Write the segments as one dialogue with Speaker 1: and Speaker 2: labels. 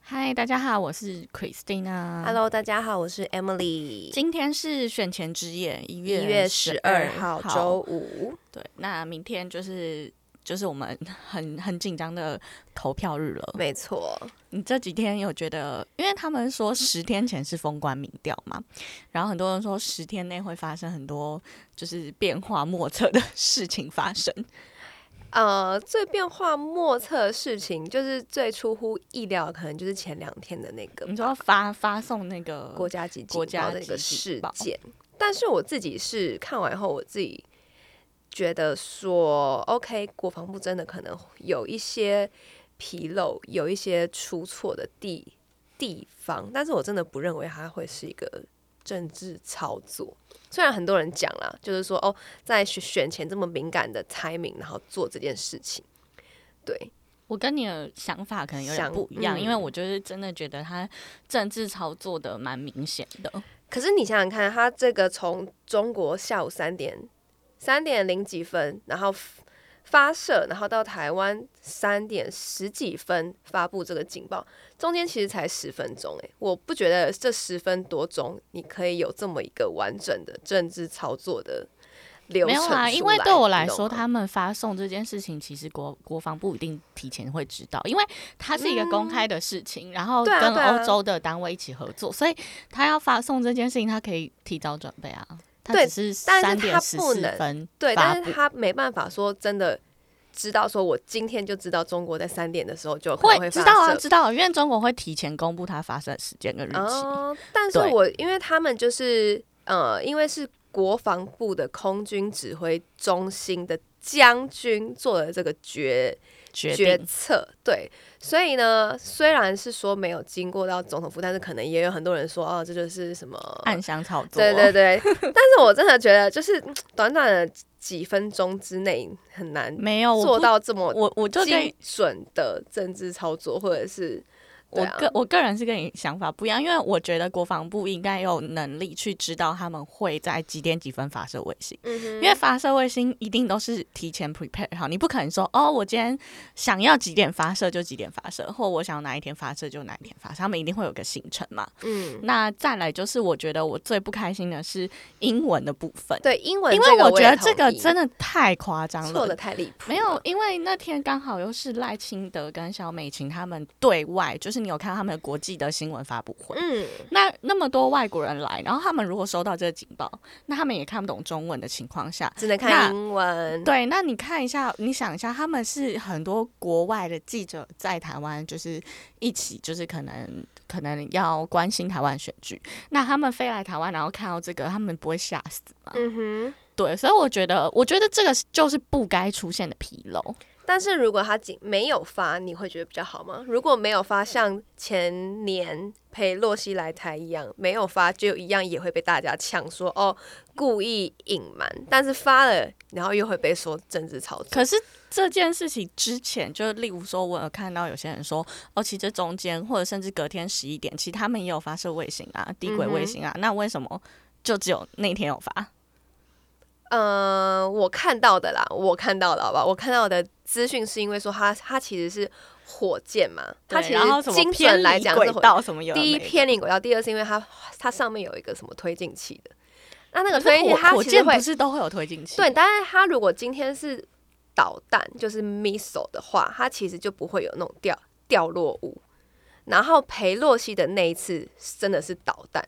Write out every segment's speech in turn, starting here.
Speaker 1: 嗨，大家好，我是 Christina。
Speaker 2: Hello，大家好，我是 Emily。
Speaker 1: 今天是选前之夜，一
Speaker 2: 一月
Speaker 1: 月
Speaker 2: 十
Speaker 1: 二
Speaker 2: 二号周五，
Speaker 1: 对，那明天就是就是我们很很紧张的投票日了。
Speaker 2: 没错，
Speaker 1: 你这几天有觉得，因为他们说十天前是封关民调嘛，然后很多人说十天内会发生很多就是变化莫测的事情发 生。
Speaker 2: 呃，最变化莫测的事情就是最出乎意料，可能就是前两天的那个
Speaker 1: 你说发发送那个
Speaker 2: 国家级
Speaker 1: 呃国家
Speaker 2: 的一个
Speaker 1: 级警
Speaker 2: 事
Speaker 1: 报
Speaker 2: 件。但是我自己是看完后，我自己觉得说，OK，国防部真的可能有一些纰漏，有一些出错的地地方，但是我真的不认为它会是一个政治操作。虽然很多人讲啦，就是说哦，在选选前这么敏感的 timing，然后做这件事情，对，
Speaker 1: 我跟你的想法可能有点
Speaker 2: 想
Speaker 1: 不一样，
Speaker 2: 嗯
Speaker 1: 因为我就是真的觉得他政治操作的蛮明显的。
Speaker 2: 可是你想想看，他这个从中国下午三点三点零几分，然后 f- 发射，然后到台湾三点十几分发布这个警报，中间其实才十分钟诶、我不觉得这十分多钟你可以有这么一个完整的政治操作的流
Speaker 1: 没
Speaker 2: 程
Speaker 1: 有
Speaker 2: 出
Speaker 1: 啦，
Speaker 2: 来。
Speaker 1: 因为对我
Speaker 2: 你
Speaker 1: 来
Speaker 2: 懂
Speaker 1: 说，
Speaker 2: 吗
Speaker 1: 他们发送这件事情，其实国国防部一定提前会知道，因为它是一个公开的事情，然后
Speaker 2: 嗯对啊
Speaker 1: 跟
Speaker 2: 对啊
Speaker 1: 欧洲的单位一起合作，所以他要发送这件事情，他可以提早准备啊。他
Speaker 2: 对
Speaker 1: 只是
Speaker 2: 但
Speaker 1: 三
Speaker 2: 是
Speaker 1: 点
Speaker 2: 他
Speaker 1: 十
Speaker 2: 不
Speaker 1: 四
Speaker 2: 能
Speaker 1: 分
Speaker 2: 对，
Speaker 1: 发
Speaker 2: 但是
Speaker 1: 布
Speaker 2: 他没办法说真的知道，说我今天就知道中国在三点的时候就可能
Speaker 1: 会
Speaker 2: 发
Speaker 1: 知道啊，
Speaker 2: 射
Speaker 1: 知道啊，因为中国会提前公布它发射时间跟日期。
Speaker 2: 哦，但是
Speaker 1: 对
Speaker 2: 我因为他们就是呃，因为是国防部的空军指挥中心的将军做的这个决
Speaker 1: 决
Speaker 2: 决
Speaker 1: 定
Speaker 2: 策，对，所以呢，虽然是说没有经过到总统府，但是可能也有很多人说，哦，这就是什么
Speaker 1: 暗箱操作，
Speaker 2: 对 对对，但是我真的觉得，就是嗯短短的几分钟之内很难
Speaker 1: 没嗯哦有我
Speaker 2: 做
Speaker 1: 不
Speaker 2: 到这么
Speaker 1: 我我就跟
Speaker 2: 精准的政治操作，或者是
Speaker 1: 我
Speaker 2: 对啊
Speaker 1: 个我个人是跟你想法不一样，因为我觉得国防部应该有能力去知道他们会在几点几分发射卫星，
Speaker 2: 嗯
Speaker 1: 因为发射卫星一定都是提前 prepare 好，你不可能说哦，我今天想要几点发射就几点发射，或我想要哪一天发射就哪一天发射，他们一定会有个行程嘛。
Speaker 2: 嗯。
Speaker 1: 那再来就是，我觉得我最不开心的是英文的部分，
Speaker 2: 对英文
Speaker 1: 因
Speaker 2: 这
Speaker 1: 为
Speaker 2: 个
Speaker 1: 我
Speaker 2: 也
Speaker 1: 觉得这
Speaker 2: 同
Speaker 1: 个
Speaker 2: 意
Speaker 1: 真的太夸张
Speaker 2: 错
Speaker 1: 了
Speaker 2: 的，太离谱了。
Speaker 1: 没有，因为那天刚好又是赖清德跟小美琴他们对外，就是你有看他们国际的新闻发布会，
Speaker 2: 嗯，
Speaker 1: 那那么多外国人来，然后他们如果收到这个警报，那他们也看不懂中文的情况下。
Speaker 2: 只能
Speaker 1: 那嗯
Speaker 2: 看英文。
Speaker 1: 对，那你看一下，你想一下，他们是很多国外的记者在台湾，就是一起，就是可能可能要关心台湾选举，那他们飞来台湾，然后看到这个，他们不会吓死吗？
Speaker 2: 嗯哼。
Speaker 1: 对，所以我觉得，我觉得这个是就是不该出现的纰漏。
Speaker 2: 但是如果他仅没有发，你会觉得比较好吗？如果没有发，像前年陪洛西来台一样，没有发就一样也会被大家呛说哦故意隐瞒，但是发了，然后又会被说政治操作。
Speaker 1: 可是这件事情之前，就例如说，我有看到有些人说，哦，其实这中间或者甚至隔天十一点，其实他们也有发射卫星啊、低轨卫
Speaker 2: 嗯
Speaker 1: 星啊，那为什么就只有那天有发？
Speaker 2: 呃，我看到的啦，我看到的好吧，我看到的资讯是因为说他他其实是火箭嘛，他
Speaker 1: 对
Speaker 2: 其
Speaker 1: 然后
Speaker 2: 实
Speaker 1: 什
Speaker 2: 精
Speaker 1: 么偏
Speaker 2: 准
Speaker 1: 离
Speaker 2: 来讲
Speaker 1: 轨
Speaker 2: 是火
Speaker 1: 道什么有的
Speaker 2: 第一
Speaker 1: 没的
Speaker 2: 偏离轨道，第二是因为它它上面有一个什么推进器的，那那
Speaker 1: 可
Speaker 2: 个
Speaker 1: 是
Speaker 2: 推进器
Speaker 1: 火
Speaker 2: 它
Speaker 1: 火
Speaker 2: 其实
Speaker 1: 箭
Speaker 2: 会
Speaker 1: 不是都会有推进器？
Speaker 2: 对，但是它如果今天是导弹，就是 missile 的话，它其实就不会有那种掉掉落物。然后裴洛西的那一次真的是导弹，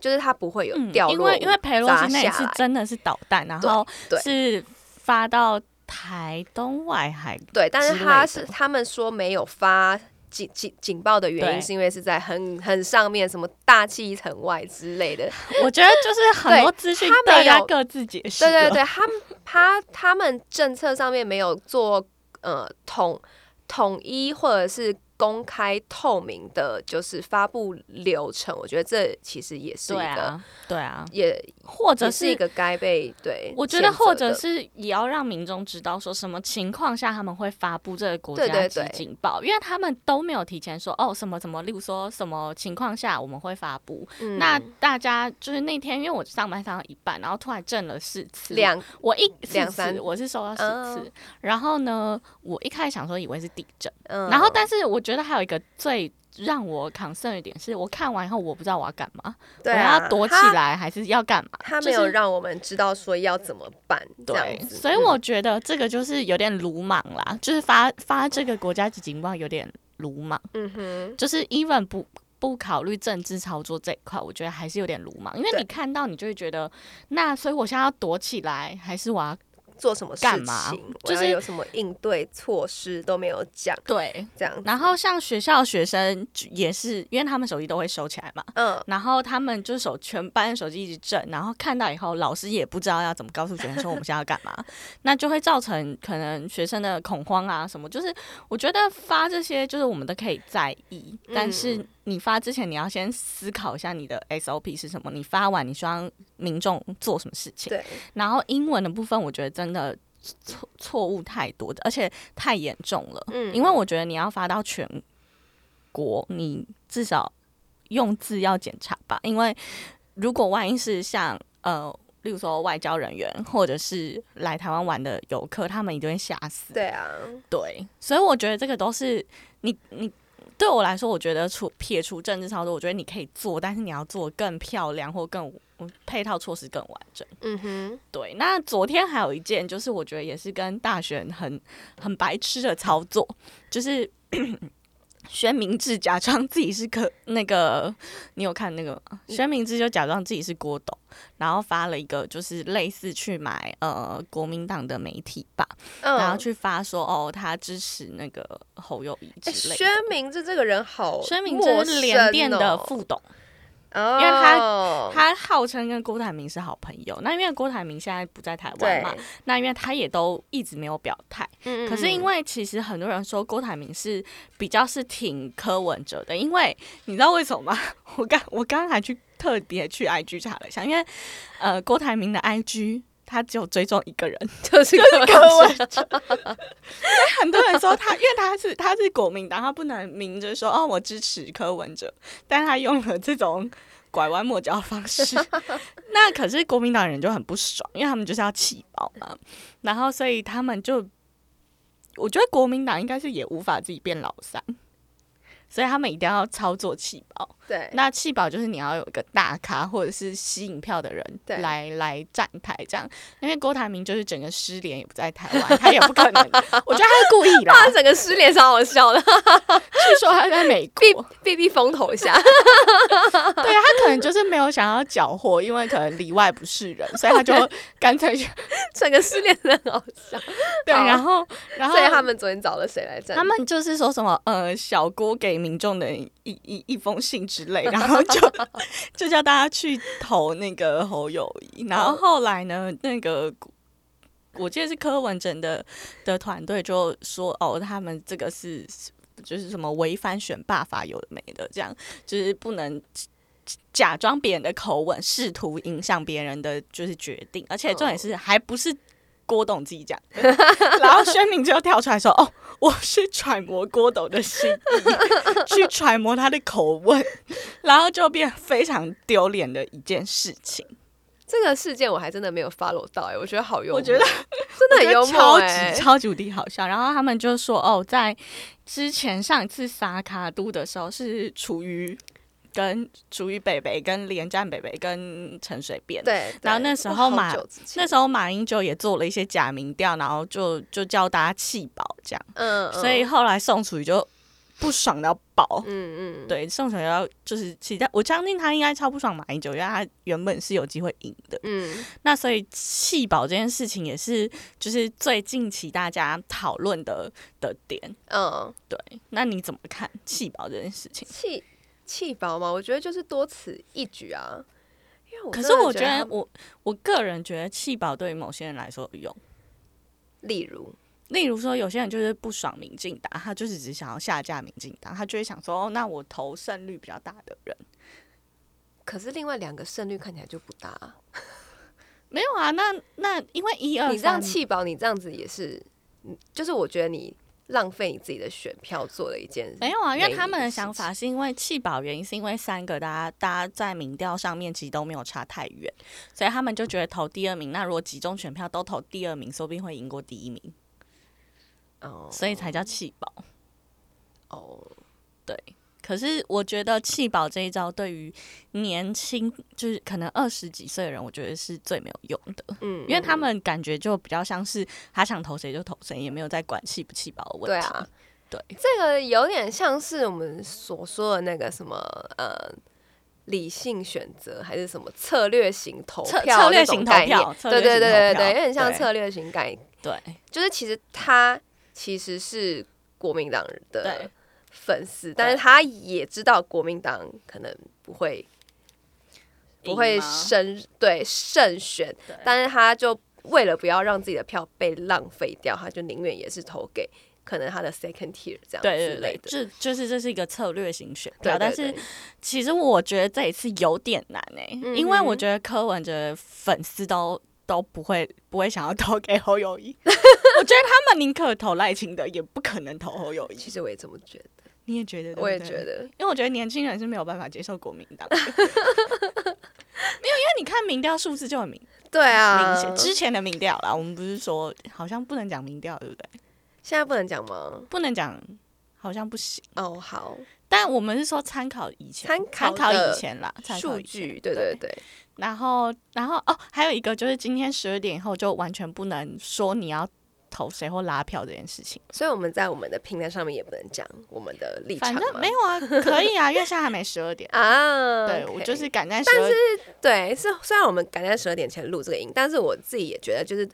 Speaker 2: 就是它不会有
Speaker 1: 嗯，
Speaker 2: 掉
Speaker 1: 因
Speaker 2: 落物、
Speaker 1: 为因为裴洛西那一
Speaker 2: 砸下
Speaker 1: 次
Speaker 2: 来
Speaker 1: 真的是导弹，然后
Speaker 2: 对
Speaker 1: 是发到台东外海。
Speaker 2: 对，但
Speaker 1: 之
Speaker 2: 是
Speaker 1: 类
Speaker 2: 他
Speaker 1: 的
Speaker 2: 是他们说没有发警警警报的原
Speaker 1: 对
Speaker 2: 因，是因为是在很很上面什么大气层外之类的。
Speaker 1: 我觉得就是很多资讯
Speaker 2: 他没
Speaker 1: 大家
Speaker 2: 有
Speaker 1: 各自解释
Speaker 2: 对
Speaker 1: 了。
Speaker 2: 对对，他们他他们政策上面没有做呃统统一或者是公开透明的，就是发布流程。我觉得这其实也是一
Speaker 1: 对
Speaker 2: 个，
Speaker 1: 啊，对啊，
Speaker 2: 也
Speaker 1: 或者
Speaker 2: 也是一个该被对。
Speaker 1: 我觉得，或者
Speaker 2: 是。
Speaker 1: 是也要让民众知道说什么情况下他们会发布这个国
Speaker 2: 对
Speaker 1: 家
Speaker 2: 对
Speaker 1: 级
Speaker 2: 对
Speaker 1: 警报，因为他们都没有提前说哦什么什么，例如说什么情况下我们会发布。
Speaker 2: 嗯
Speaker 1: 那大家就是那天，因为我上班上到一半，然后突然震了四次，
Speaker 2: 两
Speaker 1: 我一
Speaker 2: 两
Speaker 1: 四
Speaker 2: 三
Speaker 1: 次，我是收到四次。
Speaker 2: 嗯
Speaker 1: 然后呢，我一开始想说以为是地震，
Speaker 2: 嗯，
Speaker 1: 然后但是我觉得还有一个最让我 concern 一点是，我看完以后我不知道我要干嘛，
Speaker 2: 对
Speaker 1: 我
Speaker 2: 啊，
Speaker 1: 要躲起
Speaker 2: 他。
Speaker 1: 来还是要干嘛？
Speaker 2: 他
Speaker 1: 就
Speaker 2: 没有
Speaker 1: 是
Speaker 2: 让我们知道说要怎么办，这
Speaker 1: 对
Speaker 2: 样，子。嗯
Speaker 1: 所以我觉得这个就是有点鲁莽啦，就是发发这个国家级警报有点鲁莽，
Speaker 2: 嗯哼，
Speaker 1: 就是 even 不不考虑政治操作这一块，我觉得还是有点鲁莽，因为
Speaker 2: 对
Speaker 1: 你看到你就会觉得，那所以我现在要躲起来，还是我要
Speaker 2: 做什么事
Speaker 1: 干嘛
Speaker 2: 情，我
Speaker 1: 就是
Speaker 2: 要有什么应对措施都没有讲，
Speaker 1: 对？
Speaker 2: 这样子。
Speaker 1: 然后像学校学生也是，因为他们手机都会收起来嘛，
Speaker 2: 嗯，
Speaker 1: 然后他们就手全班手机一直震，然后看到以后，老师也不知道要怎么告诉学生说我们现在要干嘛，那就会造成可能学生的恐慌啊什么。就是我觉得发这些就是我们都可以在意，但是你发之前你要先思考一下你的 SOP 是什么，你发完你希望民众做什么事情。
Speaker 2: 对，
Speaker 1: 然后英文的部分，我觉得真的错错误太多，而且太严重了。
Speaker 2: 嗯
Speaker 1: 因为我觉得你要发到全国，你至少用字要检查吧，因为如果万一是像呃。例如说外交人员或者是来台湾玩的游客，他们一定会吓死。
Speaker 2: 对啊，
Speaker 1: 对，所以我觉得这个都是你你对我来说，我觉得除撇除政治操作，我觉得你可以做，但是你要做更漂亮或更嗯配套措施更完整。
Speaker 2: 嗯哼，
Speaker 1: 对，那昨天还有一件，就是我觉得也是跟大选很很白痴的操作，就是 宣明志假装自己是个那个，你有看那个吗？
Speaker 2: 嗯
Speaker 1: 宣明志就假装自己是郭董，然后发了一个就是类似去买呃国民党的媒体吧，
Speaker 2: 嗯，
Speaker 1: 然后去发说哦他支持那个侯友谊
Speaker 2: 哎
Speaker 1: 之类的。
Speaker 2: 宣明志这个人好、
Speaker 1: 宣明志是联电的，副董，
Speaker 2: 哦、
Speaker 1: 因为他
Speaker 2: 哦
Speaker 1: 他号称跟郭台铭是好朋友。那因为郭台铭现在不在台湾
Speaker 2: 对
Speaker 1: 嘛，，那因为他也都一直没有表态，
Speaker 2: 嗯
Speaker 1: 可是因为其实很多人说郭台铭是比较是挺柯文哲的，因为你知道为什么吗？ 我刚我刚刚还去特别去 IG 查了一下，因为呃郭台铭的 IG 他只有追踪一个人，
Speaker 2: 就是
Speaker 1: 柯文哲，所以很多人说他，因为他是他是国民党，他不能明着说哦我支持柯文哲，但他用了这种拐弯抹角的方式， 那可是国民党人就很不爽，因为他们就是要气爆嘛，然后所以他们就，我觉得国民党应该是也无法自己变老三。所以他们一定要操作气爆，
Speaker 2: 对，
Speaker 1: 那气保就是你要有一个大咖或者是吸引票的人
Speaker 2: 对
Speaker 1: 来来站台这样，因为郭台铭就是整个失联也不在台湾，他也不 可能，我觉得他是故意啦，
Speaker 2: 他整个失联超好笑的，
Speaker 1: 据说他在美
Speaker 2: 避
Speaker 1: 国，
Speaker 2: 避避风头一下，
Speaker 1: 对啊他可能就是没有想要缴获，因为可能里外不是人，所以他就干脆就
Speaker 2: 整个失联的很好笑。
Speaker 1: 对，
Speaker 2: 好
Speaker 1: 然后然后
Speaker 2: 所以他们昨天找了谁来站？
Speaker 1: 他们就是说什么呃，小郭给民众的一一一封信之类，然后就就叫大家去投那个侯友谊。然后后来呢，那个我记得是柯文哲的的团队就说哦，他们这个是就是什么违反选罢法有的没的，这样就是不能。假装别人的口吻，试图影响别人的就是决定，而且重点是还不是郭董自己讲 的，然后宣明就跳出来说：“哦，我是揣摩郭董的心意，去揣摩他的口吻， 然后就变非常丢脸的一件事情。
Speaker 2: 这个事件我还真的没有 follow 到、哎，我觉得好幽默，
Speaker 1: 我觉得
Speaker 2: 真的很幽
Speaker 1: 我觉得超
Speaker 2: 默、
Speaker 1: 级、
Speaker 2: 哎，
Speaker 1: 超级无敌好笑。然后他们就说：“哦，在之前上一次撒卡都的时候是楚瑜跟楚瑜北北跟连战北北跟陈水扁，
Speaker 2: 对。
Speaker 1: 然后
Speaker 2: 对
Speaker 1: 那时
Speaker 2: 哇
Speaker 1: 候
Speaker 2: 好
Speaker 1: 嘛
Speaker 2: 久之前
Speaker 1: 那时候马英九也做了一些假民调，然后就就叫大家弃保这样。”
Speaker 2: 嗯，
Speaker 1: 所以
Speaker 2: 嗯
Speaker 1: 后来宋楚瑜就不爽到爆。
Speaker 2: 嗯嗯，
Speaker 1: 对，宋楚瑜要就是期待，我相信他应该超不爽马英九，因为他原本是有机会赢的。
Speaker 2: 嗯，
Speaker 1: 那所以弃保这件事情也是就是最近期大家讨论的的点。
Speaker 2: 嗯，
Speaker 1: 对，那你怎么看弃保这件事情？
Speaker 2: 气气薄嘛，我觉得就是多此一举啊。因为我
Speaker 1: 可
Speaker 2: 真
Speaker 1: 是
Speaker 2: 的
Speaker 1: 我觉得
Speaker 2: 他们，
Speaker 1: 我我个人觉得弃保对于某些人来说有用，
Speaker 2: 例如，
Speaker 1: 例如说有些人就是不爽民进党，他就是只想要下架民进党，他就会想说，哦，那我投胜率比较大的人。
Speaker 2: 可是另外两个胜率看起来就不大啊、
Speaker 1: 没有啊，那那因为一二
Speaker 2: 你这样
Speaker 1: 三
Speaker 2: 气薄，你这样子也是，嗯就是我觉得你浪费你自己的选票做了一件
Speaker 1: 没有啊，因为
Speaker 2: 没
Speaker 1: 他们
Speaker 2: 意
Speaker 1: 的
Speaker 2: 思
Speaker 1: 想法是因为弃保原因是因为三个大家大家在民调上面其实都没有差太远，所以他们就觉得投第二名，那如果集中选票都投第二名，说不定会赢过第一名，
Speaker 2: 哦
Speaker 1: 所以才叫弃保。
Speaker 2: 哦，
Speaker 1: 对，可是我觉得弃保这一招对于年轻，就是可能二十几岁的人，我觉得是最没有用的，
Speaker 2: 嗯，
Speaker 1: 因为他们感觉就比较像是他想投谁就投谁，也没有在管弃不弃保的问
Speaker 2: 对
Speaker 1: 题。
Speaker 2: 啊，
Speaker 1: 对，
Speaker 2: 这个有点像是我们所说的那个什么呃。理性选择还是什么策略型投
Speaker 1: 策
Speaker 2: 票
Speaker 1: 策略
Speaker 2: 那种
Speaker 1: 型投
Speaker 2: 概
Speaker 1: 票
Speaker 2: 念
Speaker 1: 策
Speaker 2: 对
Speaker 1: 略型投
Speaker 2: 对对对
Speaker 1: 票
Speaker 2: 对，有点像
Speaker 1: 对
Speaker 2: 策略型概
Speaker 1: 对
Speaker 2: 就是其实他其实是国民党的
Speaker 1: 对
Speaker 2: 粉丝，但是他也知道国民党可能不会不会
Speaker 1: 赢吗
Speaker 2: 胜对胜选
Speaker 1: 对，
Speaker 2: 但是他就为了不要让自己的票被浪费掉，他就宁愿也是投给可能他的 second tier 这样
Speaker 1: 对
Speaker 2: 之
Speaker 1: 对对，
Speaker 2: 类的。
Speaker 1: 这就是这是一个策略型选
Speaker 2: 对
Speaker 1: 票，但
Speaker 2: 对
Speaker 1: 是
Speaker 2: 对
Speaker 1: 其实我觉得这一次有点难哎、
Speaker 2: 嗯
Speaker 1: 因为我
Speaker 2: 哼
Speaker 1: 觉得柯文哲粉丝都都不会不会想要投给侯友谊，我觉得他们宁可投赖清德，也不可能投侯友谊。
Speaker 2: 其实我也这么觉得，
Speaker 1: 你也觉得？对不
Speaker 2: 我也
Speaker 1: 对
Speaker 2: 觉，得，
Speaker 1: 因为我觉得年轻人是没有办法接受国民党的。没有，因为你看民调数字就很明
Speaker 2: 对啊
Speaker 1: 明，显，之前的民调啦，我们不是说好像不能讲民调，对不对？
Speaker 2: 现在不能讲吗？
Speaker 1: 不能讲，好像不行。
Speaker 2: 哦，好，
Speaker 1: 但我们是说参考以前，
Speaker 2: 参
Speaker 1: 参
Speaker 2: 考
Speaker 1: 考
Speaker 2: 的
Speaker 1: 以前啦，参考
Speaker 2: 数
Speaker 1: 以前
Speaker 2: 据，对对对，
Speaker 1: 然后，然后哦，还有一个就是今天十二点以后就完全不能说你要投谁或拉票这件事情。
Speaker 2: 所以我们在我们的平台上面也不能讲我们的立场
Speaker 1: 反
Speaker 2: 嘛，
Speaker 1: 正没有啊，可以啊，因为现在还没十二 点。
Speaker 2: 啊。
Speaker 1: 对
Speaker 2: OK
Speaker 1: 我就是赶在十二点，
Speaker 2: 对，是虽然我们赶在十二点前录这个音，但是我自己也觉得就是，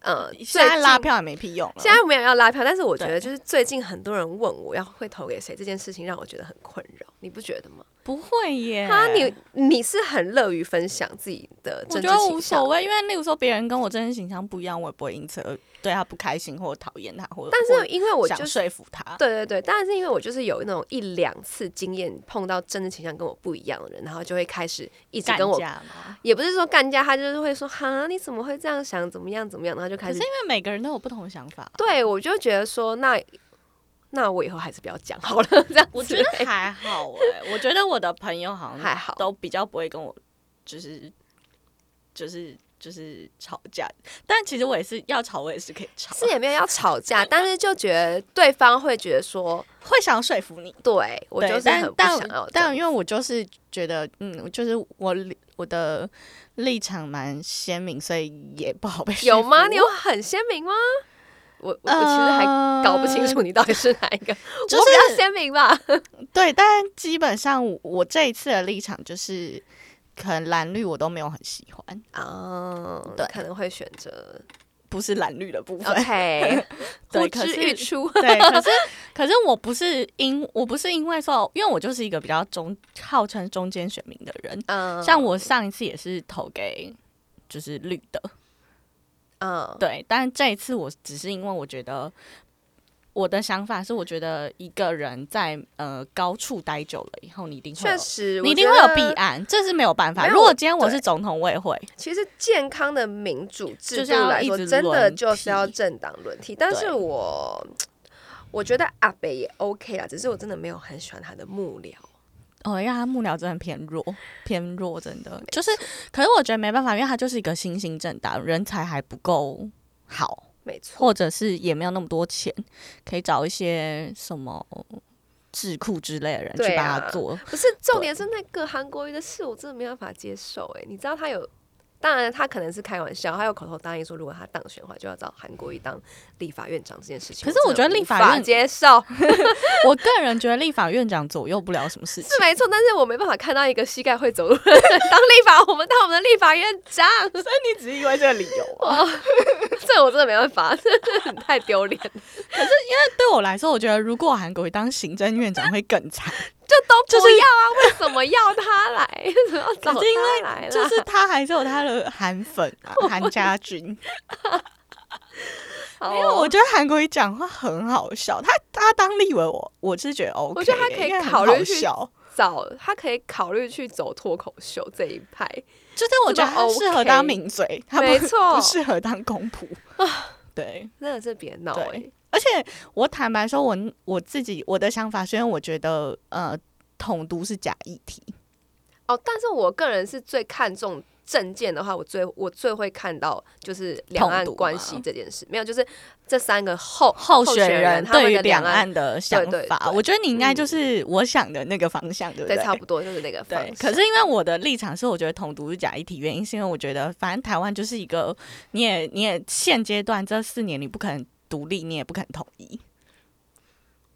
Speaker 2: 呃，最
Speaker 1: 现在拉
Speaker 2: 近
Speaker 1: 票也没屁用了。
Speaker 2: 现在没有要拉票，但是我觉
Speaker 1: 对
Speaker 2: 得就是最近很多人问我要会投给谁这件事情，让我觉得很困扰，你不觉得吗？
Speaker 1: 不会耶，
Speaker 2: 啊，你你是很乐于分享自己的
Speaker 1: 我
Speaker 2: 政治
Speaker 1: 觉得
Speaker 2: 倾
Speaker 1: 无
Speaker 2: 向
Speaker 1: 所，谓，因为例如说别人跟我真实形象不一样，我也不会因此而对他不开心或讨厌他，或
Speaker 2: 但
Speaker 1: 或
Speaker 2: 是因为我就
Speaker 1: 想
Speaker 2: 是。
Speaker 1: 说服他。
Speaker 2: 对对对，但是因为我就是有那种一两次经验，碰到政治倾向跟我不一样的人，然后就会开始一直
Speaker 1: 干
Speaker 2: 跟我，
Speaker 1: 架嘛，
Speaker 2: 也不是说干架，他就是会说哈你怎么会这样想，怎么样怎么样，然后就
Speaker 1: 可
Speaker 2: 开
Speaker 1: 是
Speaker 2: 始
Speaker 1: 因为每个人都有不同的想法，
Speaker 2: 对，我就觉得说，那那我以后还是不要讲好了，这样
Speaker 1: 我
Speaker 2: 子
Speaker 1: 觉得还好哎、我觉得我的朋友好像
Speaker 2: 还好
Speaker 1: 都比较不会跟我就是就是就是吵架，但其实我也是要吵，我也是可以吵，啊
Speaker 2: 是也没有要吵架， 但是就觉得对方会觉得说，
Speaker 1: 会想要说服你。
Speaker 2: 对我
Speaker 1: 对
Speaker 2: 就是
Speaker 1: 但
Speaker 2: 很不
Speaker 1: 但
Speaker 2: 想要这
Speaker 1: 但
Speaker 2: 样。
Speaker 1: 因为我就是觉得，嗯，我就是我立我的立场蛮鲜明，所以也不好被说
Speaker 2: 有吗？
Speaker 1: 服
Speaker 2: 你有很鲜明吗？我我我其实还搞不清楚你到底是哪一个，
Speaker 1: 呃 就
Speaker 2: 我比较
Speaker 1: 是
Speaker 2: 鲜明 吧。
Speaker 1: 对，但基本上我我这一次的立场就是，可能蓝绿我都没有很喜欢，
Speaker 2: 哦，
Speaker 1: 对
Speaker 2: 可能会选择
Speaker 1: 不是蓝绿的部
Speaker 2: 哦
Speaker 1: 分。
Speaker 2: OK，
Speaker 1: 对
Speaker 2: 呼
Speaker 1: 可
Speaker 2: 之
Speaker 1: 是
Speaker 2: 欲出。
Speaker 1: 对，可是可是我不是因我不是因为说，因为我就是一个比较中号称中间选民的人，
Speaker 2: 嗯，
Speaker 1: 像我上一次也是投给就是绿的，
Speaker 2: 嗯，
Speaker 1: 对，但这一次我只是因为我觉得。我的想法是，我觉得一个人在呃高处待久了以后，你一定会
Speaker 2: 确
Speaker 1: 有，
Speaker 2: 实，
Speaker 1: 你
Speaker 2: 我
Speaker 1: 一定
Speaker 2: 觉
Speaker 1: 会有
Speaker 2: 得
Speaker 1: 弊案，这是没有办法。
Speaker 2: 没有
Speaker 1: 如果今天我
Speaker 2: 对
Speaker 1: 是总统，我也会。
Speaker 2: 其实健康的民主制
Speaker 1: 就是
Speaker 2: 度
Speaker 1: 要
Speaker 2: 来
Speaker 1: 一
Speaker 2: 说，
Speaker 1: 直
Speaker 2: 真的
Speaker 1: 轮
Speaker 2: 就是要
Speaker 1: 替
Speaker 2: 政党轮替。但是
Speaker 1: 对
Speaker 2: 我我觉得阿北也 OK 啦，只是我真的没有很喜欢他的幕僚。
Speaker 1: 哦，因为他幕僚真的偏弱，偏弱，真的就是。可是我觉得没办法，因为他就是一个新兴政党，人才还不够好，
Speaker 2: 没错，
Speaker 1: 或者是也没有那么多钱，可以找一些什么智库之类的人
Speaker 2: 对
Speaker 1: 去帮
Speaker 2: 啊
Speaker 1: 他做。
Speaker 2: 不是重点是那个韩国瑜的事，我真的没办法接受、欸。哎，你知道他有，当然他可能是开玩笑，他有口头答应说，如果他当选的话，就要找韩国瑜当立法院长这件事
Speaker 1: 可
Speaker 2: 情。
Speaker 1: 是我觉
Speaker 2: 真的
Speaker 1: 得立
Speaker 2: 无
Speaker 1: 法
Speaker 2: 法
Speaker 1: 院
Speaker 2: 接受
Speaker 1: 我个人觉得立法院长左右不了什么事 情
Speaker 2: 是。没错，但是我没办法看到一个膝盖会走路的人当立法，我们当我们的立法院长。
Speaker 1: 你只是因为这个理由 啊？
Speaker 2: 这我真的没办法，这太丢 脸了，
Speaker 1: 对我来说，我觉得如果韩国瑜当行政院长会更惨，
Speaker 2: 就都
Speaker 1: 就
Speaker 2: 不
Speaker 1: 是
Speaker 2: 要啊！为什么要他来？ 为什么要找
Speaker 1: 可是因
Speaker 2: 他来啦？
Speaker 1: 就是他还是有他的韩粉 啊，韩家军。
Speaker 2: 好哦
Speaker 1: 因为我觉得韩国瑜讲话很好笑，他他当立委我我是觉得 OK，
Speaker 2: 我觉得他
Speaker 1: 耶
Speaker 2: 可以
Speaker 1: 因为很
Speaker 2: 考虑
Speaker 1: 好
Speaker 2: 去
Speaker 1: 笑，
Speaker 2: 找他可以考虑去走脱口秀这一派，
Speaker 1: 就是哦我觉得他适合当名嘴，他不
Speaker 2: 没错
Speaker 1: 不适合当公仆对，
Speaker 2: 真的是别闹
Speaker 1: 对
Speaker 2: 哎。
Speaker 1: 而且我坦白说我，我自己我的想法，虽然我觉得呃统独是假议题，
Speaker 2: 哦，但是我个人是最看重证件的话，我最我最会看到就是两岸
Speaker 1: 痛读
Speaker 2: 关
Speaker 1: 吗
Speaker 2: 系这件事，没有，就是这三个候
Speaker 1: 候
Speaker 2: 选
Speaker 1: 选人
Speaker 2: 他们
Speaker 1: 对于
Speaker 2: 的
Speaker 1: 两
Speaker 2: 岸，
Speaker 1: 岸的想
Speaker 2: 对对
Speaker 1: 法，
Speaker 2: 对嗯
Speaker 1: 我觉得你应该就是我想的那个方向，对不
Speaker 2: 对，差不多就是那个方
Speaker 1: 对
Speaker 2: 向。，
Speaker 1: 可是因为我的立场是，我觉得统独是假议题，原因是因为我觉得，反正台湾就是一个，你也你也现阶段这四年你不可能独立，你也不可能统一，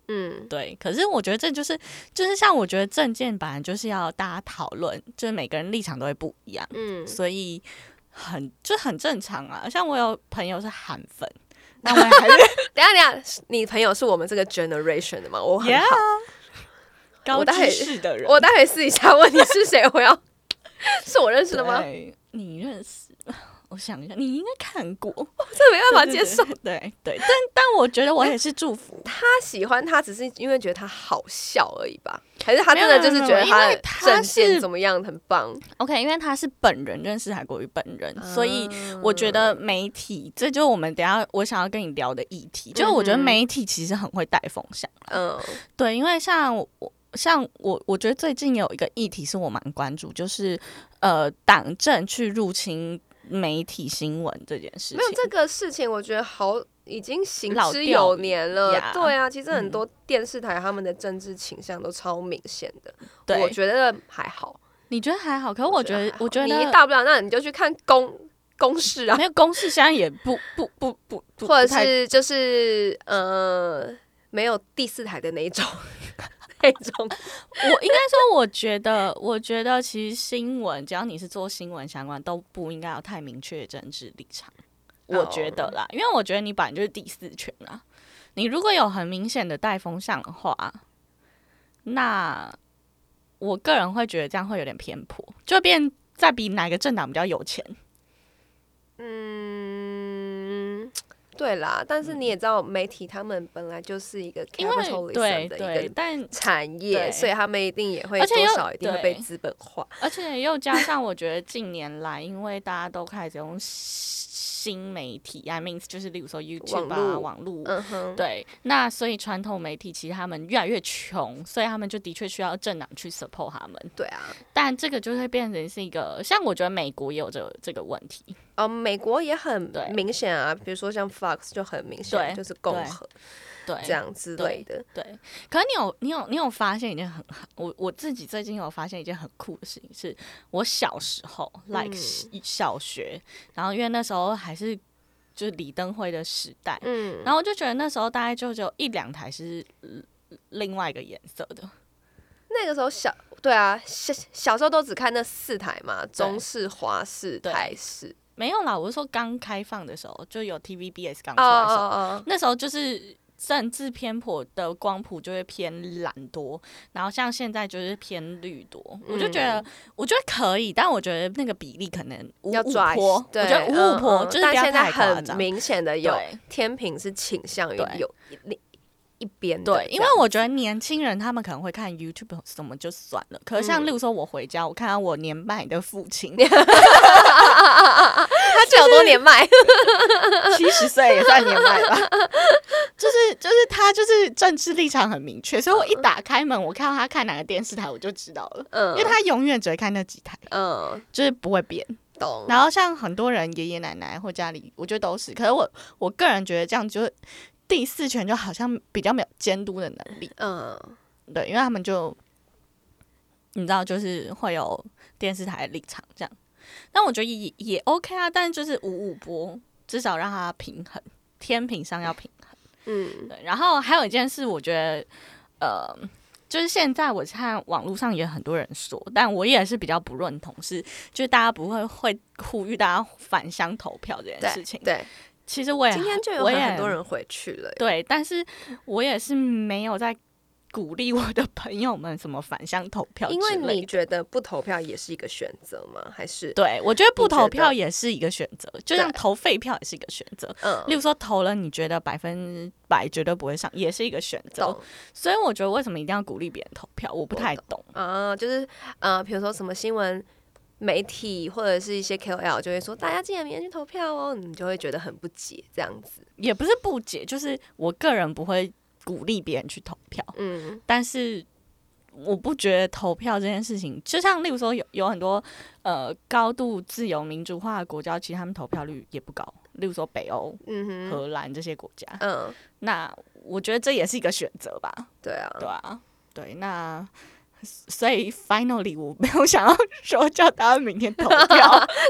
Speaker 2: 嗯，
Speaker 1: 对。可是我觉得这就是就是像我觉得政见本来就是要大家讨论，就是每个人立场都会不一样，
Speaker 2: 嗯，
Speaker 1: 所以很就很正常啊。像我有朋友是韩粉， 那我也还是
Speaker 2: 等一下等一下，你朋友是我们这个 generation 的吗？我很
Speaker 1: Yeah
Speaker 2: 好，
Speaker 1: 高
Speaker 2: 我大概
Speaker 1: 知识的人，
Speaker 2: 我待会私底下问你是谁，我 要是我认识的吗？
Speaker 1: 对？你认识？ 我想一下，你应该看过，
Speaker 2: 这没办法接受。
Speaker 1: 对 对对，但但我觉得我也是祝福，
Speaker 2: 他喜欢他只是因为觉得他好笑而已吧？还是他
Speaker 1: 没有
Speaker 2: 真的就是觉得
Speaker 1: 没有没有因为
Speaker 2: 的
Speaker 1: 他
Speaker 2: 证件
Speaker 1: 是
Speaker 2: 怎么样很棒？
Speaker 1: OK，因为他是本人认识韩国瑜本人，所以
Speaker 2: 嗯
Speaker 1: 我觉得媒体，这就是我们等一下我想要跟你聊的议题，就是我觉得
Speaker 2: 嗯哼
Speaker 1: 媒体其实很会带风向。
Speaker 2: 嗯
Speaker 1: 对，因为像我。像我，我觉得最近有一个议题是我蛮关注，就是呃，党政去入侵媒体新闻这件事情。
Speaker 2: 没有这个事情，我觉得好已经行
Speaker 1: 老
Speaker 2: 之
Speaker 1: 掉
Speaker 2: 有年了。
Speaker 1: 呀
Speaker 2: 对啊，其实很多电视台他们的政治倾向都超明显的，
Speaker 1: 对，
Speaker 2: 我觉得还好。
Speaker 1: 你觉得还好？可是我觉得，我觉得
Speaker 2: 还好你大不了那你就去看公公示啊，
Speaker 1: 没有公式，现在也不不不不不，不
Speaker 2: 或者
Speaker 1: 太
Speaker 2: 是就是呃没有第四台的那一种 那种。
Speaker 1: 我应该说，我觉得，我觉得其实新闻，只要你是做新闻相关，都不应该有太明确的政治立场。我觉得
Speaker 2: 哦
Speaker 1: 啦，因为我觉得你本来就是第四权啊。你如果有很明显的带风向的话，那我个人会觉得这样会有点偏颇，就变再比哪个政党比较有钱。
Speaker 2: 嗯，对啦，但是你也知道，媒体他们本来就是一个
Speaker 1: 嗯因为
Speaker 2: capitalism
Speaker 1: 对
Speaker 2: 的一
Speaker 1: 对
Speaker 2: 个，
Speaker 1: 但
Speaker 2: 产
Speaker 1: 对
Speaker 2: 业，所以他们一定也会
Speaker 1: 而且
Speaker 2: 多
Speaker 1: 又
Speaker 2: 少一定会
Speaker 1: 对
Speaker 2: 被资本化。
Speaker 1: 而且又加上，我觉得近年来，因为大家都开始用新媒体，I mean 就是例如说 YouTube 啊、
Speaker 2: 网
Speaker 1: 网络，
Speaker 2: 嗯哼，
Speaker 1: 对，那所以传统媒体其实他们越来越穷，所以他们就的确需要政党去 support 他们。
Speaker 2: 对啊，
Speaker 1: 但这个就会变成是一个，像我觉得美国也有这个这个问题，
Speaker 2: 呃，美国也很
Speaker 1: 对
Speaker 2: 明显啊，比如说像 Fox 就很明
Speaker 1: 对
Speaker 2: 显，就是共
Speaker 1: 对
Speaker 2: 和
Speaker 1: 对，
Speaker 2: 这样之
Speaker 1: 对
Speaker 2: 类的。
Speaker 1: 对，可是你有你有你有发现一件很我我自己最近有发现一件很酷的事情，是我小时候、like
Speaker 2: 嗯
Speaker 1: 小学，然后因为那时候还是就是李登辉的时代，
Speaker 2: 嗯，
Speaker 1: 然后我就觉得那时候大概就只有一两台是呃另外一个颜色的，
Speaker 2: 那个时候小，对啊，小小时候都只看那四台嘛，中视、华视、
Speaker 1: 对
Speaker 2: 台视。
Speaker 1: 没有啦，我是说刚开放的时候就有 TVBS 刚出
Speaker 2: 哦
Speaker 1: 来的时
Speaker 2: 哦
Speaker 1: 候，
Speaker 2: 哦，
Speaker 1: 那时候就是政治偏颇的光谱就会偏蓝多，然后像现在就是偏绿多。我就觉得，我觉得可以，但我觉得那个比例可能五
Speaker 2: 嗯要
Speaker 1: 五
Speaker 2: 抓一
Speaker 1: 坡，
Speaker 2: 下对，
Speaker 1: 我觉得五五
Speaker 2: 嗯
Speaker 1: 坡、
Speaker 2: 嗯
Speaker 1: 就是
Speaker 2: 但
Speaker 1: 不要
Speaker 2: 现在
Speaker 1: 太夸张
Speaker 2: 很。明显的有
Speaker 1: 对
Speaker 2: 天平是倾向于
Speaker 1: 对
Speaker 2: 有一另一边的这
Speaker 1: 对
Speaker 2: 样，，
Speaker 1: 因为我觉得年轻人他们可能会看 YouTube 什么就算了，可是像
Speaker 2: 嗯
Speaker 1: 例如说我回家，我看到我年迈的父 亲
Speaker 2: 他就有多年 迈，
Speaker 1: 七十岁也算年迈吧， 就是就是他就是政治立场很明确，所以我一打开门，我看到他看哪个电视台我就知道了，因为
Speaker 2: 嗯嗯
Speaker 1: 他永远只会看那几台，
Speaker 2: 嗯，
Speaker 1: 就是不会变。
Speaker 2: 懂。
Speaker 1: 然后像很多人爷爷奶奶或家里，我觉得都是。可是我我个人觉得这样就是第四权就好像比较没有监督的能力，
Speaker 2: 嗯，
Speaker 1: 对，因为他们就你知道就是会有电视台的立场这样。但我觉得也也 OK 啊，但是就是五五波，至少让它平衡，天平上要平衡。
Speaker 2: 嗯，
Speaker 1: 对，然后还有一件事，我觉得，呃，就是现在我看网络上也很多人说，但我也是比较不认同，是就是大家不会会呼吁大家返乡投票这件事
Speaker 2: 对
Speaker 1: 情。
Speaker 2: 对，
Speaker 1: 其实我也
Speaker 2: 今天就有
Speaker 1: 我也
Speaker 2: 很多人回去了。
Speaker 1: 对，但是我也是没有在鼓励我的朋友们什么返乡投票之
Speaker 2: 因
Speaker 1: 类的，
Speaker 2: 为你觉得不投票也是一个选择吗？还是
Speaker 1: 对我觉得不
Speaker 2: 你觉
Speaker 1: 投
Speaker 2: 得
Speaker 1: 票也是一个选择，就像
Speaker 2: 对
Speaker 1: 投废票也是一个选择。
Speaker 2: 嗯，
Speaker 1: 例如说投了，你觉得百分百绝对不会上，也是一个选择。
Speaker 2: 懂
Speaker 1: 所以我觉得为什么一定要鼓励别人投票，我不太懂。
Speaker 2: 啊，就是呃，比如说什么新闻媒体或者是一些 KOL 就会说，大家记得明天去投票哦，你就会觉得很不解这样子。
Speaker 1: 也不是不解，就是我个人不会鼓励别人去投票，
Speaker 2: 嗯，
Speaker 1: 但是我不觉得投票这件事情，就像例如说有有很多呃高度自由民主化的国家，其实他们投票率也不高，例如说北欧、
Speaker 2: 嗯哼，
Speaker 1: 荷兰这些国家。
Speaker 2: 嗯，
Speaker 1: 那我觉得这也是一个选择吧，
Speaker 2: 对啊，
Speaker 1: 对啊，对，那所以 finally 我没有想要说叫大家明天投票，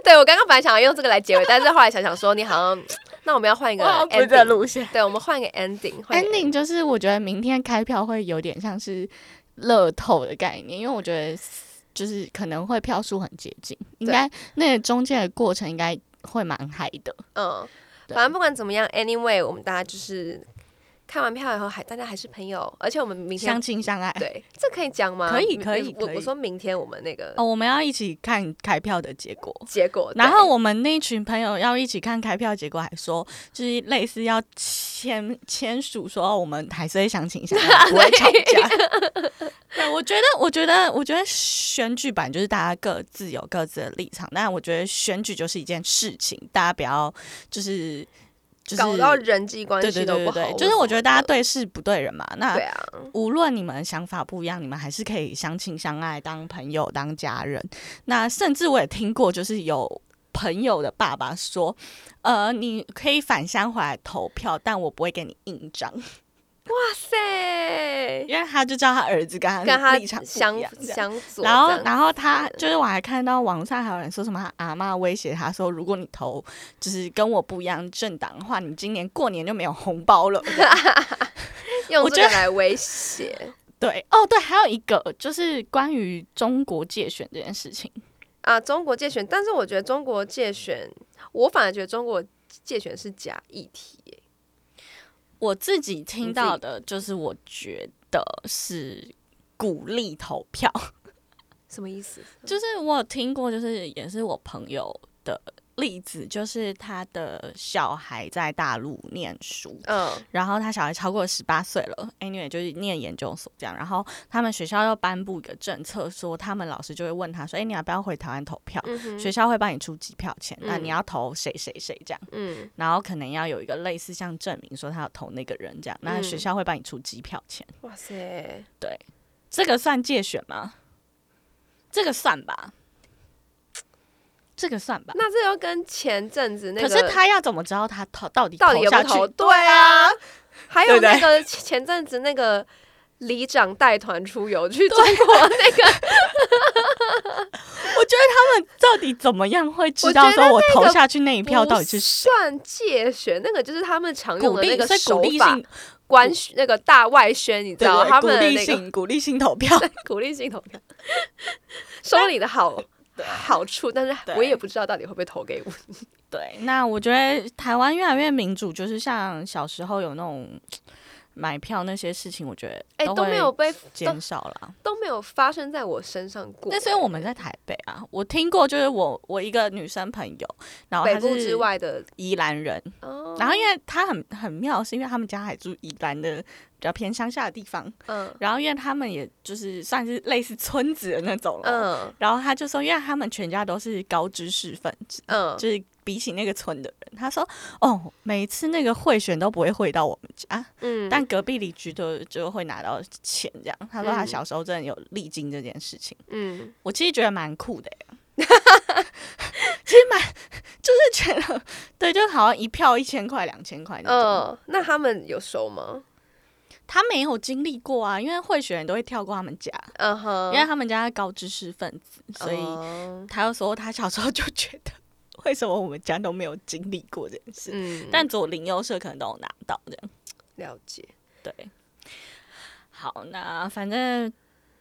Speaker 2: 对我刚刚本来想要用这个来结尾，但是后来想想说，你好像， 那我们要换一
Speaker 1: 我
Speaker 2: 个
Speaker 1: 好像不是这个
Speaker 2: ending，
Speaker 1: 路线。
Speaker 2: 对，我们换一个 ending，换一个
Speaker 1: ending 就是我觉得明天开票会有点像是乐透的概念，因为我觉得就是可能会票数很接近，应该那个中间的过程应该会蛮嗨的。
Speaker 2: 嗯，
Speaker 1: 对
Speaker 2: 反正不管怎么样，anyway，我们大家就是看完票以后还大家还是朋友，而且我们明
Speaker 1: 相
Speaker 2: 天
Speaker 1: 亲相爱。
Speaker 2: 对这可以讲吗？
Speaker 1: 可以
Speaker 2: 明
Speaker 1: 可以
Speaker 2: 我
Speaker 1: 可以
Speaker 2: 我说明天我们那个
Speaker 1: 哦，我们要一起看开票的结果。
Speaker 2: 结果，
Speaker 1: 然后我们那群朋友要一起看开票结果，还说就是类似要签签署，说哦我们还是会相亲相爱，不会吵架。 对，我觉得，我觉得，我觉得选举版就是大家各自有各自的立场，但我觉得选举就是一件事情，大家不要就是就是
Speaker 2: 对搞到人际关
Speaker 1: 对
Speaker 2: 系
Speaker 1: 对
Speaker 2: 都
Speaker 1: 对
Speaker 2: 不
Speaker 1: 对
Speaker 2: 好，
Speaker 1: 对，就是我觉得大家
Speaker 2: 家
Speaker 1: 对事不对人嘛。那
Speaker 2: 对啊，
Speaker 1: 无论你们想法不一样，你们还是可以相亲相爱，当朋友，当家人。那甚至我也听过，就是有朋友的爸爸说，呃，你可以返乡回来投票，但我不会给你印章，
Speaker 2: 哇塞，
Speaker 1: 因为他就知道他儿子跟他
Speaker 2: 跟他
Speaker 1: 立场不
Speaker 2: 相
Speaker 1: 一样。这样
Speaker 2: 相左这
Speaker 1: 然
Speaker 2: 样
Speaker 1: 后
Speaker 2: 子，，
Speaker 1: 然后他就是，我还看到网络上还有人说什么，他阿嬷威胁他说，如果你投就是跟我不一样政党的话，你今年过年就没有红包 了。
Speaker 2: 用
Speaker 1: 我
Speaker 2: 这
Speaker 1: 觉
Speaker 2: 个
Speaker 1: 得
Speaker 2: 来威胁
Speaker 1: 对，哦，对，还有一个就是关于中国界选这件事情。
Speaker 2: 啊，中国借选，但是我觉得中国借选，我反而觉得中国借选是假议题耶，
Speaker 1: 我自己听到的就是，我觉得是鼓励投票，
Speaker 2: 什么意思？
Speaker 1: 就是我有听过，就是也是我朋友的例子，就是他的小孩在大陆念书。
Speaker 2: 嗯
Speaker 1: 然后他小孩超过十八岁了，anyway 就是念研究所这样。然后他们学校又颁布一个政策，说他们老师就会问他说：“哎，你要不要回台湾投票？
Speaker 2: 嗯哼
Speaker 1: 学校会帮你出机票钱，那
Speaker 2: 嗯
Speaker 1: 你要投谁谁谁这样。”
Speaker 2: 嗯
Speaker 1: 然后可能要有一个类似像证明说他有投那个人这样，那
Speaker 2: 嗯
Speaker 1: 学校会帮你出机票钱，
Speaker 2: 哇塞，
Speaker 1: 这个算借选吗？这个算吧，这个算吧。
Speaker 2: 那这要跟前阵子那
Speaker 1: 可
Speaker 2: 个
Speaker 1: 是他要怎么知道他投到底
Speaker 2: 到底有没
Speaker 1: 下
Speaker 2: 有
Speaker 1: 去？
Speaker 2: 投？对啊，还有
Speaker 1: 对不对
Speaker 2: 那个前阵子那个里长带团出游去中
Speaker 1: 啊
Speaker 2: 国 那个，
Speaker 1: 我觉得他们到底怎么样会知
Speaker 2: 我
Speaker 1: 道
Speaker 2: 觉
Speaker 1: 说
Speaker 2: 得
Speaker 1: 我投
Speaker 2: 个
Speaker 1: 下去那一票到底是谁？
Speaker 2: 算借选，那个就是他们常用
Speaker 1: 鼓
Speaker 2: 的那
Speaker 1: 励
Speaker 2: 个
Speaker 1: 是
Speaker 2: 手
Speaker 1: 鼓励
Speaker 2: 法
Speaker 1: 性，，
Speaker 2: 官宣那个大外宣，你知
Speaker 1: 对
Speaker 2: 道
Speaker 1: 对，
Speaker 2: 他
Speaker 1: 鼓
Speaker 2: 们的
Speaker 1: 励
Speaker 2: 那个
Speaker 1: 性，鼓励性投 票。
Speaker 2: 鼓励性投 票，收你的好
Speaker 1: 对
Speaker 2: 好处，但是
Speaker 1: 对
Speaker 2: 我也不知道到底会不会投给我。
Speaker 1: 对，那我觉得台湾越来越民主，就是像小时候有那种买票那些事情，我觉得
Speaker 2: 哎，
Speaker 1: 都
Speaker 2: 都没有
Speaker 1: 会
Speaker 2: 被都
Speaker 1: 减少了。
Speaker 2: 都没有发生在我身上过。
Speaker 1: 那所以我们在台北啊，我听过就是我我一个女生朋友，然后
Speaker 2: 北
Speaker 1: 她
Speaker 2: 部之
Speaker 1: 是
Speaker 2: 外的，
Speaker 1: 宜兰人，
Speaker 2: 哦
Speaker 1: 然后因为她很很妙，是因为他们家还住宜兰的比较偏乡下的地方，
Speaker 2: 嗯
Speaker 1: 然后因为他们也就是算是类似村子的那种了，
Speaker 2: 嗯
Speaker 1: 然后她就说，因为他们全家都是高知识分子，
Speaker 2: 嗯，
Speaker 1: 就是比起那个村的人，她说哦，每次那个贿选都不会汇到我们家，
Speaker 2: 嗯
Speaker 1: 但隔壁邻居就就会拿到钱这样。她说她
Speaker 2: 嗯
Speaker 1: 小时候真的有历经这件事情。
Speaker 2: 嗯。
Speaker 1: 我其实觉得蛮酷 的耶，欸其实蛮就是觉得对，就好像一票一千块、两千块那种。
Speaker 2: 嗯，那他们有收吗？
Speaker 1: 他没有经历过啊，因为贿选人都会跳过他们家，
Speaker 2: 嗯哼，
Speaker 1: 因为他们家高知识分子，所以
Speaker 2: 哦
Speaker 1: 他又说他小时候就觉得， 为什么我们家都没有经历过这件事？
Speaker 2: 嗯，
Speaker 1: 但左邻右舍可能都有拿到这样。
Speaker 2: 了解，
Speaker 1: 对，好，那反正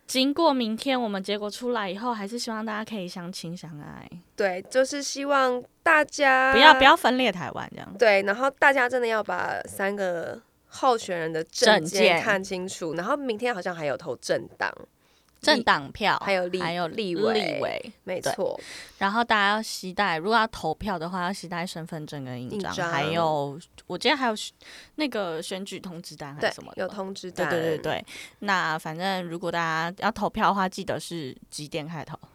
Speaker 1: 经过明天我们结果出来以后，还是希望大家可以相亲相爱，
Speaker 2: 对，就是希望大家
Speaker 1: 不要不要分裂台湾这样。
Speaker 2: 对，然后大家真的要把三个候选人的
Speaker 1: 证
Speaker 2: 件
Speaker 1: 件
Speaker 2: 看清楚，然后明天好像还有投政党，
Speaker 1: 政党票，
Speaker 2: 还有立
Speaker 1: 还有
Speaker 2: 立
Speaker 1: 委，
Speaker 2: 委没错，
Speaker 1: 然后大家要携带，如果要投票的话，要携带身份证跟印
Speaker 2: 印
Speaker 1: 章，
Speaker 2: 章
Speaker 1: 还有我记得还有选那个选举通知单还
Speaker 2: 对
Speaker 1: 是什么，的
Speaker 2: 有
Speaker 1: 吧。
Speaker 2: 通知
Speaker 1: 对
Speaker 2: 单，
Speaker 1: 对对对，那反正如果大家要投票的话，记得是几点开头？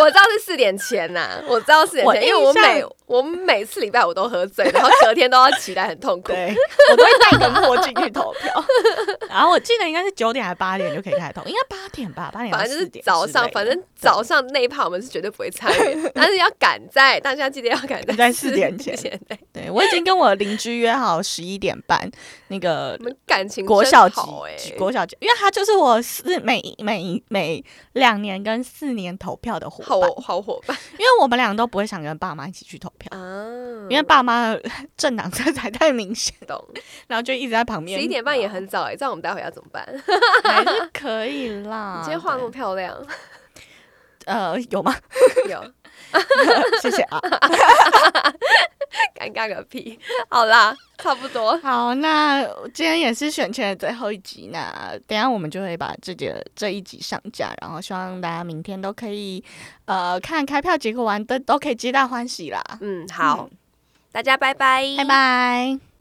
Speaker 2: 我知道是四点前呐、我知道四点
Speaker 1: 我
Speaker 2: 前，因为
Speaker 1: 印
Speaker 2: 我
Speaker 1: 象
Speaker 2: 每我每次礼拜五都喝醉，然后隔天都要起来，很痛苦。
Speaker 1: 对，我都会戴个墨镜去投票。 然后我记得应该是九点还是八点就可以开始投，应该八点吧，八点到
Speaker 2: 反正就
Speaker 1: 4
Speaker 2: 是
Speaker 1: 点
Speaker 2: 早
Speaker 1: 之
Speaker 2: 上
Speaker 1: 类，的
Speaker 2: 反正早上那一趴我们是绝对不会参 与，但是要赶在大家记得要赶
Speaker 1: 赶在
Speaker 2: 四
Speaker 1: 4点前
Speaker 2: 前。对
Speaker 1: 对我已经跟我邻居约好十一点半那个
Speaker 2: 我们感情
Speaker 1: 国
Speaker 2: 真
Speaker 1: 小级
Speaker 2: 好哎、
Speaker 1: 级国小级，因为他就是我四每每每两年跟四年投票的伙
Speaker 2: 好哦
Speaker 1: 伴，
Speaker 2: 好伙 伴
Speaker 1: 因为我们俩都不会想跟爸妈一起去投票。
Speaker 2: 啊
Speaker 1: 因为爸妈的
Speaker 2: 嗯
Speaker 1: 政党 色彩太明显，
Speaker 2: 懂
Speaker 1: 然后就一直在旁边。
Speaker 2: 十一点半也很
Speaker 1: 哦
Speaker 2: 早哎、这样我们待会要怎么办？你。
Speaker 1: 还是可以啦
Speaker 2: 今天画那么漂亮，
Speaker 1: 对呃有吗？
Speaker 2: 有
Speaker 1: 谢谢啊。
Speaker 2: 尴尬个屁！好啦，差不多，
Speaker 1: 好，那今天也是选前的最后一集，那等一下我们就会把这节这一集上架，然后希望大家明天都可以呃看开票结果完都都可以皆大欢喜啦。
Speaker 2: 嗯，好，大家拜拜，
Speaker 1: 嗯拜拜。